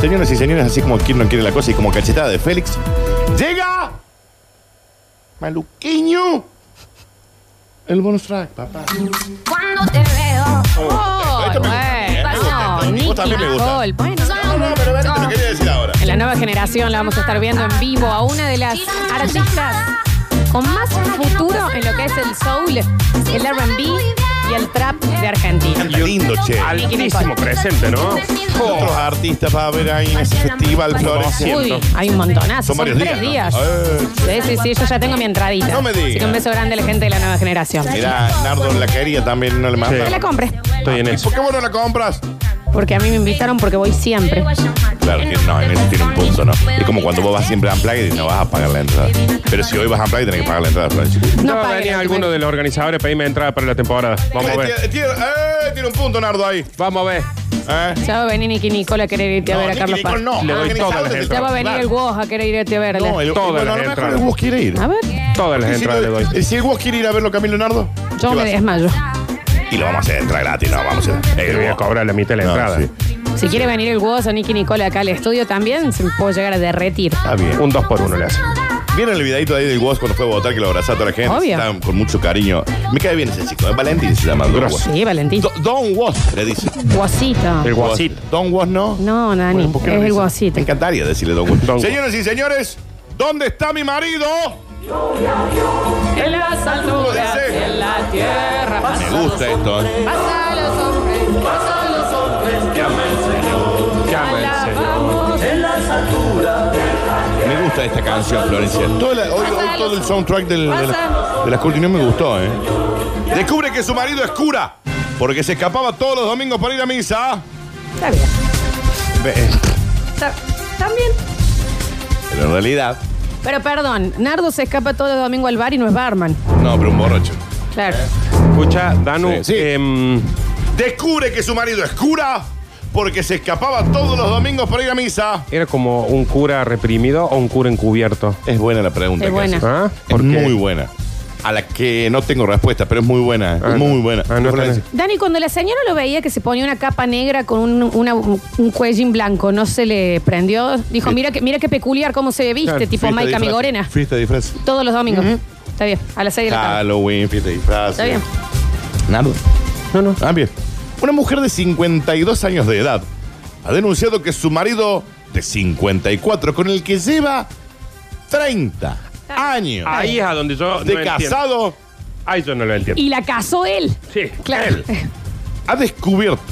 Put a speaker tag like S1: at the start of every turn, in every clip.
S1: Señoras y señores, así como quien no quiere la cosa y como cachetada de Félix, ¡llega! ¡Maluquiño! El bonus track, papá.
S2: Cuando te veo.
S1: Oh, esto me gusta,
S3: bueno.
S1: eh, me gusta,
S3: No,
S1: esto,
S3: Nicky
S1: vos también me gusta.
S3: Nicole. Bueno,
S1: No, no, pero vení, te lo quería decir ahora.
S3: en la nueva generación la vamos a estar viendo en vivo a una de las artistas con más futuro en lo que es el soul, el R&B y el trap de Argentina.
S1: Qué lindo, che.
S4: Altísimo presente, ¿no?
S1: Otros artistas para ver ahí en ese festival, Florencia.
S3: Uy,
S4: Siento.
S3: hay un montonazo,
S1: Son
S3: son,
S1: varios
S3: tres
S1: días,
S3: días.
S1: ¿no?
S3: Sí, sí, sí, yo ya tengo mi entradita.
S1: No me digas.
S3: Así que un beso grande a la gente de la nueva generación.
S1: Mira, Nardo la quería también, no le manda.
S3: Que la compres,
S4: Estoy en
S1: ¿Y
S4: eso.
S1: por qué vos no la compras?
S3: porque a mí me invitaron porque voy siempre.
S1: Claro que no, en eso tiene un punto, ¿no? Es como cuando vos vas siempre a Unplugged y no vas a pagar la entrada. Pero si hoy vas a Unplugged, tenés que pagar la entrada, Florencia.
S3: No,
S4: No,
S3: pagues.
S4: venía alguno de los organizadores a pedirme entrada para la temporada. Vamos a
S1: Eh,
S4: ver.
S1: tiene- tiene- eh, tiene un punto, Nardo, ahí.
S4: Vamos a ver.
S1: ¿Eh?
S3: Ya va a venir Nicky Nicole a querer irte a
S1: No,
S3: ver a
S1: Nicky
S3: Carlos Paz.
S1: Nicole no. Ah,
S4: Le doy
S1: Organizado
S4: todas las
S1: desde
S3: Ya va a venir
S1: Claro.
S3: el Woz a querer irte a verla.
S1: No, el,
S4: Todas
S1: bueno,
S4: las
S1: a lo mejor
S4: entradas.
S1: el Woz quiere ir.
S3: A ver,
S4: Todas las
S1: Y si,
S4: entradas le
S1: lo-
S4: doy.
S1: y si el Woz quiere ir a verlo Camilo Nardo,
S3: yo
S1: ¿qué
S3: me
S1: va a hacer?
S3: desmayo.
S1: Y lo vamos a hacer entrar gratis, no, vamos a hacer.
S4: Le Eh, voy a cobrar la mitad de la
S1: No,
S4: entrada.
S1: sí.
S3: Si quiere venir el Woz o Nicky Nicole acá al estudio también, se me puedo llegar a derretir.
S1: Está bien.
S4: Un 2 por 1 le hace.
S1: Vieron el videito ahí del Woz cuando fue a votar que lo abrazó a toda la gente.
S3: Obvio.
S1: Está con mucho cariño. Me cae bien ese chico. ¿eh? Valentín se llama. Don Woz.
S4: Grosso.
S3: Sí, Valentín.
S1: Do- Don Woz, le dice.
S3: Guasito.
S4: El guasito.
S1: Don Woz no.
S3: No, Nani,
S1: Bueno, ¿por qué no
S3: es
S1: le
S3: el
S1: dice? Me
S3: guasito.
S1: encantaría decirle Don Woz.
S4: Don Woz.
S1: Señoras y señores, ¿dónde está mi marido?
S3: En las alturas
S1: y en
S3: la tierra.
S1: Me gusta esto. ¿eh?
S3: Pasa a los hombres, pasa a los hombres.
S4: Llámense.
S1: Me gusta esta canción, Florencia. Toda la- hoy, hoy todo el soundtrack del- de, la- de las cortinas me gustó, ¿eh? Descubre que su marido es cura porque se escapaba todos los domingos para ir a misa.
S3: Está bien.
S1: Ve, eh,
S3: Está- También.
S1: Pero en realidad,
S3: Pero perdón, Nardo se escapa todo el domingo al bar y no es barman.
S1: no, pero un borracho.
S3: Claro.
S4: Escucha, Danu.
S1: Sí, sí.
S4: em,
S1: Descubre que su marido es cura porque se escapaba todos los domingos para ir a misa.
S4: ¿Era como un cura reprimido o un cura encubierto?
S1: Es buena la pregunta.
S3: Es
S1: que
S3: buena.
S1: haces.
S4: ¿Ah?
S1: Es
S4: ¿Por qué?
S1: muy buena. A la que no tengo respuesta, pero es muy buena. eh.
S4: Ah,
S1: muy
S4: no.
S1: buena.
S4: Ah, no,
S1: Florencia.
S3: Dani, cuando la señora lo veía que se ponía una capa negra con un, una- un cuellín blanco, ¿no se le prendió? Dijo, mira que, mira qué peculiar cómo se viste,
S4: Claro,
S3: tipo
S1: Fiesta de
S3: Maica
S1: disfraces.
S3: Migorena.
S1: Fiesta de disfraces.
S3: Todos los domingos. Está bien, a las 6 de la tarde.
S1: Halloween, fiesta de disfraces.
S3: Está bien.
S1: Nardo.
S4: No, no.
S1: Ah, bien. Una mujer de 52 años de edad ha denunciado que su marido de 54, con el que lleva 30 años
S4: Ahí es a donde yo.
S1: de
S4: no entiendo.
S1: casado,
S4: Ahí yo no lo entiendo.
S3: Y la casó él.
S4: Sí.
S3: Claro.
S1: ha descubierto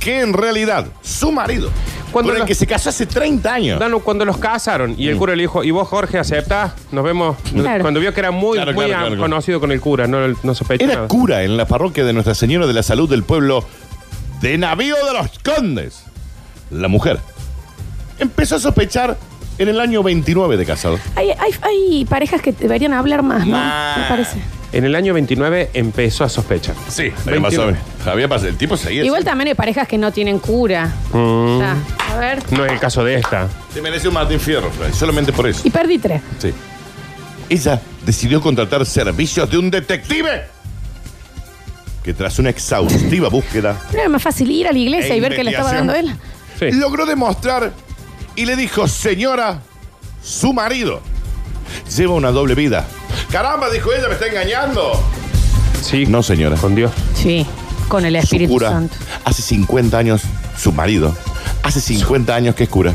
S1: que en realidad su marido,
S4: Cuando
S1: con el
S4: la-
S1: que se casó hace 30 años,
S4: Danu, cuando los casaron
S1: Mm.
S4: y el cura le dijo, ¿y vos, Jorge, aceptás? Nos vemos.
S3: Claro.
S4: Cuando vio que era muy,
S1: Claro,
S4: muy
S1: claro,
S4: am-
S1: claro, claro.
S4: conocido con el cura, no, no sospechó
S1: era
S4: nada.
S1: cura en la parroquia de Nuestra Señora de la Salud del pueblo de Navío de los Condes. La mujer empezó a sospechar en el año 29 de casado.
S3: Hay, hay, hay parejas que deberían hablar más, ¿no?
S1: Más.
S3: Me parece.
S4: En el año 29 empezó a sospechar.
S1: Sí, había
S4: 29.
S1: pasado. Había pasado. El tipo seguía.
S3: Igual también hay parejas que no tienen cura.
S1: Mm.
S3: O sea, a ver.
S4: No es el caso de esta.
S1: Te merece un Martín Fierro, Flavio, solamente por eso.
S3: Y perdí tres.
S1: Sí. Ella decidió contratar servicios de un detective que tras una exhaustiva búsqueda
S3: No era más fácil ir a la iglesia
S1: E
S3: y ver que le estaba
S1: investigación.
S3: dando él.
S4: Sí.
S1: logró demostrar y le dijo, señora, su marido lleva una doble vida. Caramba, dijo ella, me está engañando.
S4: Sí.
S1: No, señora.
S4: Con Dios.
S3: Sí, con el
S1: Su
S3: Espíritu
S1: cura,
S3: Santo.
S1: hace 50 años, su marido, hace 50 años que es cura.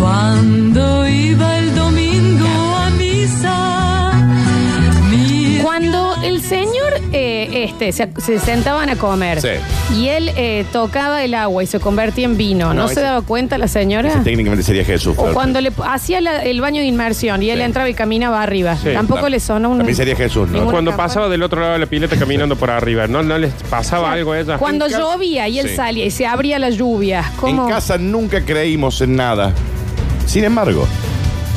S5: Cuando iba el domingo a misa, mi
S3: Cuando el señor eh, este se, se sentaban a comer
S1: Sí.
S3: y él eh, tocaba el agua y se convertía en vino, ¿no,
S1: No,
S3: se
S1: ese-
S3: daba cuenta la señora?
S1: Técnicamente sería Jesús.
S3: O
S1: Flavio.
S3: cuando le p- hacía la- el baño de inmersión y él
S1: Sí.
S3: entraba y caminaba arriba.
S4: Sí.
S3: Tampoco le sonó un.
S1: También sería Jesús, ¿no?
S3: ninguna
S4: Cuando
S3: capa.
S4: pasaba del otro lado de la pileta caminando por arriba, ¿no, no les pasaba algo a ella?
S3: Cuando
S1: En casa-
S3: llovía y él
S1: Sí.
S3: salía y se abría la lluvia. ¿Cómo?
S1: En casa nunca creímos en nada. Sin embargo,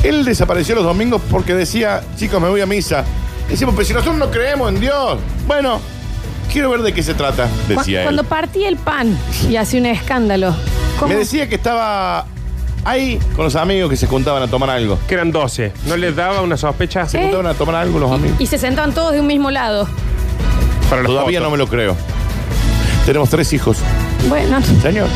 S1: él desapareció los domingos porque decía, chicos, me voy a misa. Decimos, pero si nosotros no creemos en Dios. Bueno, quiero ver de qué se trata,
S3: Cu-
S1: decía él.
S3: Cuando partía el pan y hacía un escándalo. ¿Cómo?
S1: Me decía que estaba ahí con los amigos que se juntaban a tomar algo.
S4: Que eran 12. ¿No les daba una sospecha?
S1: Se juntaban a tomar algo los amigos.
S3: Y se sentaban todos de un mismo lado.
S4: Para los
S1: Todavía no
S4: fotos.
S1: me lo creo. Tenemos tres hijos.
S3: Bueno,
S1: Señor.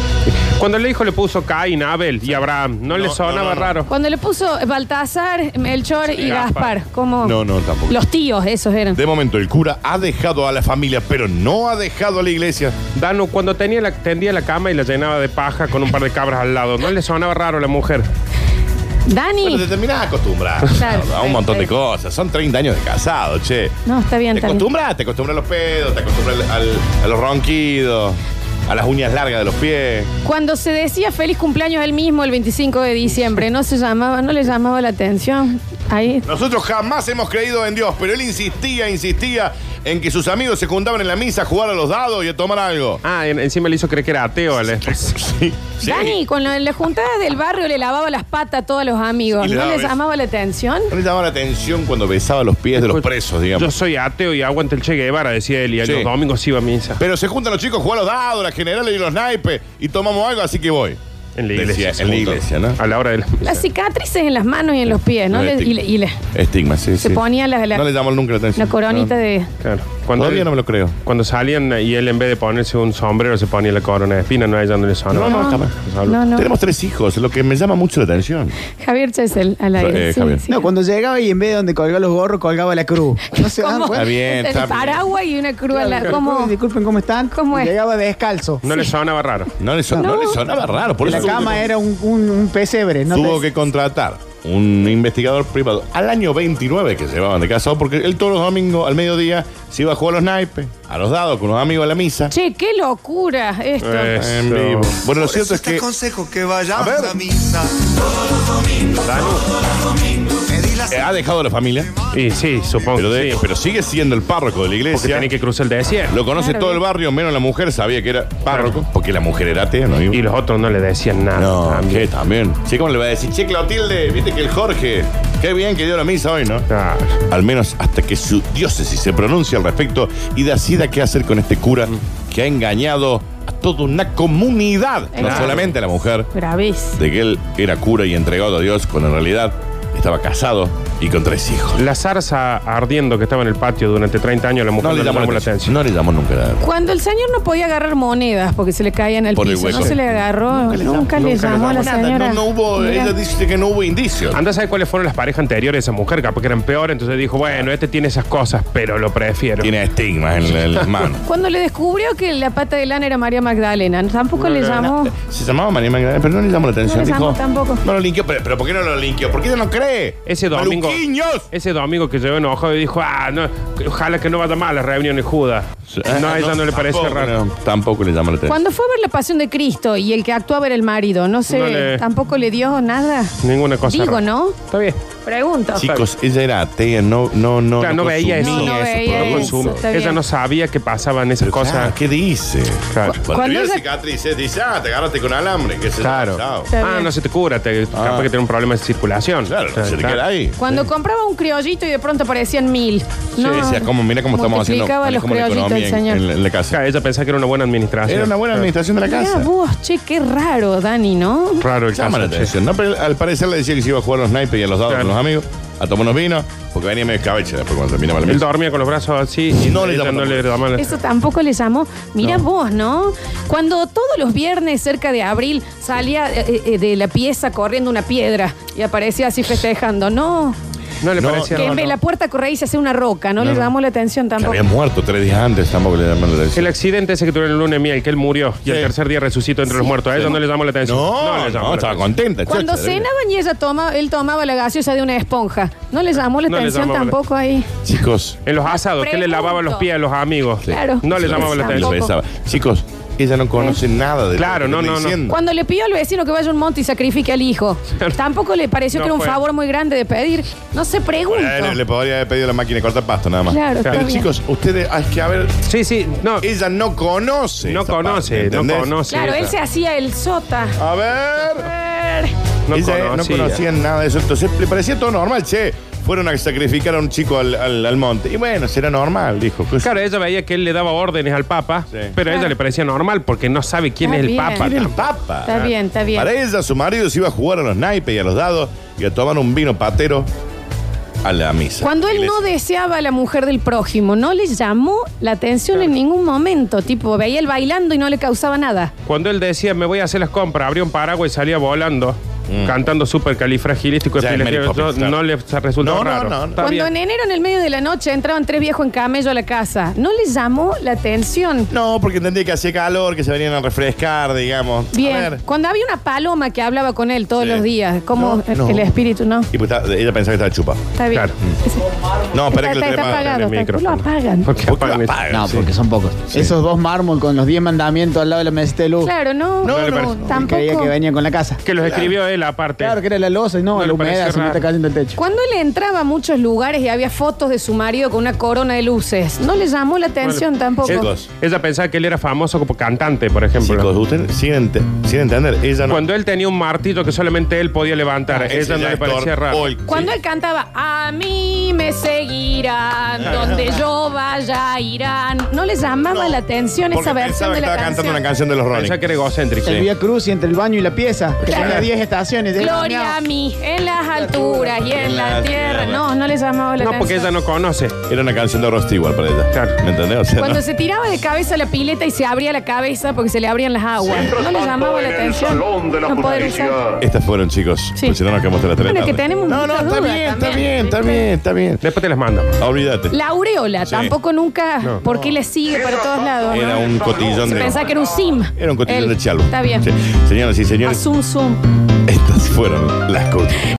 S4: Cuando el hijo le puso Cain, Abel y Abraham, no, le
S1: No,
S4: sonaba
S1: no, no, no.
S4: raro.
S3: Cuando le puso Baltasar, Melchor y
S4: Gaspar.
S3: Gaspar, ¿cómo?
S1: No, no, tampoco.
S3: Los tíos, esos eran.
S1: De momento, el cura ha dejado a la familia, pero no ha dejado a la iglesia.
S4: Danu, cuando tenía la, tendía la cama y la llenaba de paja con un par de cabras al lado, no le sonaba raro a la mujer.
S1: Bueno, te
S3: Dani.
S1: terminás acostumbrado
S3: Claro,
S1: a un
S3: sí,
S1: montón
S3: sí.
S1: de cosas. Son 30 años de casado, che.
S3: No, está bien,
S1: Te
S3: está bien.
S1: acostumbras, te acostumbras a los pedos, te acostumbras al- al- a los ronquidos, a las uñas largas de los pies.
S3: Cuando se decía feliz cumpleaños él mismo el 25 de diciembre, no se llamaba, no le llamaba la atención. Ahí.
S1: Nosotros jamás hemos creído en Dios, pero él insistía, insistía en que sus amigos se juntaban en la misa a jugar a los dados y a tomar algo.
S4: Ah, en- encima le hizo creer que era ateo a la esposa.
S1: Sí, sí.
S3: Dani, con la, la juntada del barrio le lavaba las patas a todos los amigos.
S1: Y le
S3: ¿No
S1: daba
S3: le
S1: besos.
S3: llamaba la atención?
S1: No le llamaba la atención cuando besaba los pies de los presos,
S4: Yo
S1: digamos.
S4: soy ateo y aguanto el Che Guevara, decía él, y
S1: Sí.
S4: los domingos iba a misa.
S1: Pero se juntan los chicos a jugar a los dados, las generales y los naipes, y tomamos algo, así que voy.
S4: En la iglesia.
S1: Decía,
S4: se
S1: en la
S4: juntó.
S1: iglesia, ¿no?
S4: A la hora de la misa.
S3: Las cicatrices en las manos y en los pies, ¿no?
S1: No,
S3: Le-
S1: estigma.
S3: y le- y le-
S1: Estigma, sí,
S3: se
S1: sí.
S3: ponía la, la-
S1: No le llamó nunca la atención.
S3: la coronita de.
S4: Claro. Cuando
S1: Todavía no me lo creo.
S4: Cuando salían eh, y él en vez de ponerse un sombrero se ponía la corona de espina, no hay donde le sonaba.
S1: No, no, está mal.
S3: No, no.
S1: Tenemos tres hijos, lo que me llama mucho la atención.
S3: Javier Chesel al aire.
S1: Eh,
S3: sí,
S1: Javier.
S3: sí.
S6: No, cuando llegaba y en vez de donde colgaba los gorros, colgaba la cruz. No se dan
S3: ¿Cómo?
S1: Está
S6: cuenta.
S1: bien, está
S3: El
S1: bien.
S3: paraguas y una cruz a la- ¿cómo?
S6: Disculpen, ¿cómo están?
S3: ¿Cómo es?
S6: Llegaba descalzo.
S4: No le sonaba raro.
S1: No le, son-
S3: No.
S1: no le sonaba raro, por
S6: La
S1: eso.
S6: cama
S1: tuvo-
S6: era un, un- un pesebre. ¿no?
S1: Tuvo
S6: Te-
S1: que contratar un investigador privado al año 29 que se llevaban de casado, porque él todos los domingos al mediodía se iba a jugar a los naipes, a los dados, con los amigos a la misa.
S3: Che, qué locura esto.
S4: Eh.
S1: En vivo. Bueno, lo cierto es que.
S7: Este consejo que vayamos
S1: A ver.
S7: a, misa. Pedí la
S1: Eh, ha dejado a la familia,
S4: Y sí, supongo.
S1: pero, de-
S4: sí,
S1: pero sigue siendo el párroco de la
S4: porque
S1: iglesia.
S4: tenía que cruzar el desierto.
S1: Lo conoce
S3: Claro.
S1: todo el barrio, menos la mujer, sabía que era párroco, porque la mujer era atea, ¿no?
S4: Y los otros no le decían nada.
S1: No,
S4: también.
S1: que Ah, también. Sí, ¿cómo le va a decir? Che, Clotilde, viste que el Jorge, qué bien que dio la misa hoy, ¿no?
S4: Claro.
S1: Al menos hasta que su diócesis se pronuncia al respecto y decida qué hacer con este cura que ha engañado a toda una comunidad, no
S3: Claro.
S1: solamente a la mujer,
S3: Gravísimo.
S1: de que él era cura y entregado a Dios, cuando en realidad estaba casado y con tres hijos.
S4: La zarza ardiendo que estaba en el patio durante 30 años, la mujer
S1: No le llamó la atención. No le llamó nunca la atención.
S3: Cuando el señor no podía agarrar monedas porque se le caían al
S1: Por el
S3: piso, no
S1: hueco.
S3: se le agarró, nunca le,
S4: nunca le
S3: llamó a la
S4: llamó
S3: señora.
S1: No, no hubo,
S3: Mira.
S1: ella dice que no hubo indicios.
S4: Anda a saber cuáles fueron las parejas anteriores de esa mujer, capaz que eran peores, entonces dijo, bueno, este tiene esas cosas, pero lo prefiero.
S1: Tiene estigmas en, la- en las manos.
S3: Cuando le descubrió que la pata de lana era María Magdalena, tampoco le llamó.
S1: Se llamaba María Magdalena, pero no le llamó la atención.
S3: No le llamó
S1: dijo,
S3: tampoco.
S1: No lo linkeó, pero, pero ¿por qué no lo linkeó? ¿Por qué ella no cree?
S4: Ese domingo.
S1: ¡Maluquiños!
S4: Ese domingo que llegó enojado y dijo, ah, no, ojalá que no vaya mal la reunión en Judas. No, a ella no, le parece
S1: tampoco,
S4: raro.
S1: no, tampoco le llamó la atención.
S3: Cuando fue a ver la pasión de Cristo y el que actuaba era el marido, no sé,
S4: No le-
S3: tampoco le dio nada.
S4: Ninguna cosa.
S3: Digo,
S4: rara.
S3: ¿no?
S4: Está bien.
S3: Pregunto.
S1: Chicos, ella era atea, no, no, no.
S4: Claro, no veía eso.
S1: consumía
S3: No, no
S1: esos
S3: veía
S1: productos.
S4: No
S3: eso.
S4: consume.
S3: está bien.
S4: Ella no sabía que pasaban esas
S1: Pero,
S4: cosas.
S1: claro, ¿Qué dice?
S4: Claro.
S1: Cuando
S3: Cuando
S1: vio
S3: ella-
S1: cicatrices, dice, ah, te agarraste con alambre. Que se
S4: Claro.
S1: Chao.
S3: Está
S4: Ah,
S3: bien.
S4: no se te cura, te, capaz que tiene un problema de circulación.
S1: Ah. Claro,
S4: Está-
S1: se te
S4: está-
S1: queda ahí.
S3: Cuando compraba un criollito y de pronto aparecían mil.
S1: Sí, decía, ¿cómo, mira cómo estamos haciendo
S3: Multiplicaba los
S1: manejamos la
S3: criollitos
S1: economía
S3: el
S1: en,
S3: señor.
S1: en la- en la casa.
S4: Claro, ella pensaba que era una buena administración.
S1: Era una buena
S4: Claro.
S1: administración de la
S3: Mirá
S1: casa.
S3: vos, che, qué raro, Dani, ¿no?
S4: Raro el
S1: Llama la
S4: caso. che.
S1: atención. No, pero al parecer le decía que se iba a jugar a los naipes y a los dados
S4: Claro.
S1: con los amigos, a tomar unos vinos, porque venía medio escabeche después cuando terminaba la
S4: Él
S1: misa.
S4: dormía con los brazos así y
S1: No le
S4: ella
S1: llamó
S4: no
S1: la
S4: le daba la-
S3: Eso tampoco le llamó. Mira vos, ¿no? Cuando todos los viernes, cerca de abril, salía eh, eh, de la pieza corriendo una piedra y aparecía así festejando. No,
S4: No le
S1: No,
S4: parecía
S3: que
S4: raro.
S3: en vez de la puerta correa y se hace una roca. No,
S1: No,
S3: le
S1: no.
S3: llamó la atención
S1: Que
S3: tampoco.
S1: había muerto tres días antes, tampoco le llamaron la atención.
S4: El accidente ese que tuvieron el lunes miel, que él murió y
S1: Sí.
S4: el tercer día resucitó entre los muertos. A ella no le llamó la atención.
S1: No,
S4: le
S1: no,
S4: llamó la
S1: estaba
S4: atención.
S1: contenta.
S3: Cuando
S1: chacha, era-
S3: cenaban y ella toma, él tomaba la gaseosa de una esponja. No le llamó la
S4: No le
S3: atención
S4: llamaba la-
S3: tampoco ahí.
S1: Chicos.
S4: En los asados, que él le
S3: Pregunto.
S4: lavaba los pies a los amigos.
S3: Claro.
S4: No
S1: se
S4: le llamaba la
S1: besaba,
S4: atención.
S1: se besaba. Chicos, ella no conoce nada de
S4: Claro,
S1: lo
S4: no,
S1: que
S4: no, no.
S3: Cuando le pidió al vecino que vaya a un monte y sacrifique al hijo, tampoco le pareció
S4: No
S3: que era un
S4: fue.
S3: favor muy grande de pedir. No se
S1: Le,
S3: pregunta.
S1: le podría haber pedido la máquina de cortar pasto, nada más.
S3: Claro, está
S1: Pero
S3: bien.
S1: chicos, ustedes, ah, es que a ver,
S4: Sí, sí, no.
S1: ella no conoce.
S4: No
S1: esa
S4: conoce,
S1: parte,
S4: no
S1: ¿entendés?
S4: conoce.
S3: Claro, él
S4: esa.
S3: se hacía el sota.
S1: A ver.
S4: No
S1: ella eh,
S4: conocía.
S1: no conocían nada de eso. Entonces le parecía todo normal, che. Fueron a sacrificar a un chico al, al- al monte. Y bueno, será normal, dijo. Pues,
S4: Claro, ella veía que él le daba órdenes al Papa,
S1: Sí.
S4: pero a ella le parecía normal porque no sabe quién
S3: Está
S4: es el
S3: bien.
S4: Papa.
S1: Para el
S4: tampoco.
S1: Papa.
S3: Está bien, está bien.
S1: Para ella, su marido se iba a jugar a los naipes y a los dados y a tomar un vino patero a la misa.
S3: Cuando él no
S1: Iglesia.
S3: deseaba a la mujer del prójimo, no le llamó la atención en ningún momento. Tipo, veía él bailando y no le causaba nada.
S4: Cuando él decía, me voy a hacer las compras, abrió un paraguas y salía volando,
S1: Mm.
S4: cantando súper califragilístico,
S1: Ya es Mary Poppins, claro.
S4: no le resultó
S1: No, no,
S4: raro.
S1: no, no.
S4: Está
S3: Cuando
S4: bien.
S3: en enero, en el medio de la noche, entraban tres viejos en camello a la casa, no le llamó la atención.
S1: No, porque entendí que hacía calor, que se venían a refrescar, digamos. A
S3: Bien,
S1: ver.
S3: cuando había una paloma que hablaba con él todos
S1: Sí.
S3: los días, como
S1: No,
S3: el-
S1: no.
S3: el espíritu, ¿no?
S1: Y pues, está- ella pensaba que estaba chupa.
S3: Está bien.
S4: Claro.
S1: No, espera que lo
S3: Está, está- está
S1: tenemos.
S3: apagado,
S4: el
S3: está- lo
S4: micrófono.
S3: apagan.
S4: Porque
S1: ¿Por qué lo
S4: apagan el-
S1: apagan?
S6: No,
S1: Sí.
S6: porque son pocos. Esos dos mármol con los 10 mandamientos al lado de la mesita de luz.
S3: Claro, no,
S4: No le parece.
S3: no, tampoco.
S6: Creía que venía con la casa.
S4: Que los escribió él aparte.
S6: Claro, que era la losa y no,
S4: No le
S6: la
S4: parecía
S6: humedad se me
S4: raro.
S6: está cayendo el techo.
S3: Cuando él entraba a muchos lugares y había fotos de su marido con una corona de luces, no le llamó la atención tampoco.
S1: Chicos,
S4: Ella pensaba que él era famoso como cantante, por ejemplo.
S1: chicos, ustedes siguen, ent- siguen entender. Ella no.
S4: Cuando él tenía un martillo que solamente él podía levantar,
S1: Ah, Ese
S4: ella no
S1: ya
S4: le
S1: es
S4: parecía
S1: Thor.
S4: raro.
S1: Hoy,
S3: Cuando
S1: sí.
S3: él cantaba, a mí me seguirán, donde yo vaya irán, no le llamaba
S1: Ah, No,
S3: la atención
S1: porque
S3: esa versión
S1: pensaba que
S3: de la
S1: estaba
S3: canción.
S1: cantando una canción de los Rolling.
S4: Pensaba que era egocéntrico.
S6: El Vía Cruz y entre el baño y la pieza. Que
S3: Claro.
S6: tenía 10 estaciones.
S3: Gloria a
S6: Mira,
S3: mí, en las alturas y en
S1: En
S3: la
S1: la
S3: tierra.
S1: tierra.
S3: No, no le llamaba la
S4: No,
S3: atención.
S4: porque ella no conoce.
S1: Era una canción de Rusty igual para ella.
S4: Claro.
S1: ¿Me entendés? O sea,
S3: Cuando
S1: no.
S3: se tiraba de cabeza la pileta y se abría la cabeza porque se le abrían las aguas. no le llamaba la atención. no poder usar.
S1: Estas fueron, chicos.
S3: Sí.
S1: Pues si no nos quedamos hasta la tele.
S3: Bueno, que tenemos
S1: No, no,
S3: muchas
S1: está
S3: dudas
S1: bien, está
S3: también.
S1: bien, está bien, está bien.
S4: Después te las mando.
S1: Olvídate.
S3: La aureola,
S1: Sí.
S3: tampoco nunca,
S4: No.
S3: porque le sigue para todos lados.
S1: Era un cotillón
S3: Se
S1: de.
S3: pensaba que era un sim.
S1: Era un cotillón
S3: Él.
S1: de chalo.
S3: Está bien.
S1: Sí. Señoras y señores,
S3: Haz un zoom.
S1: estas fueron las cosas.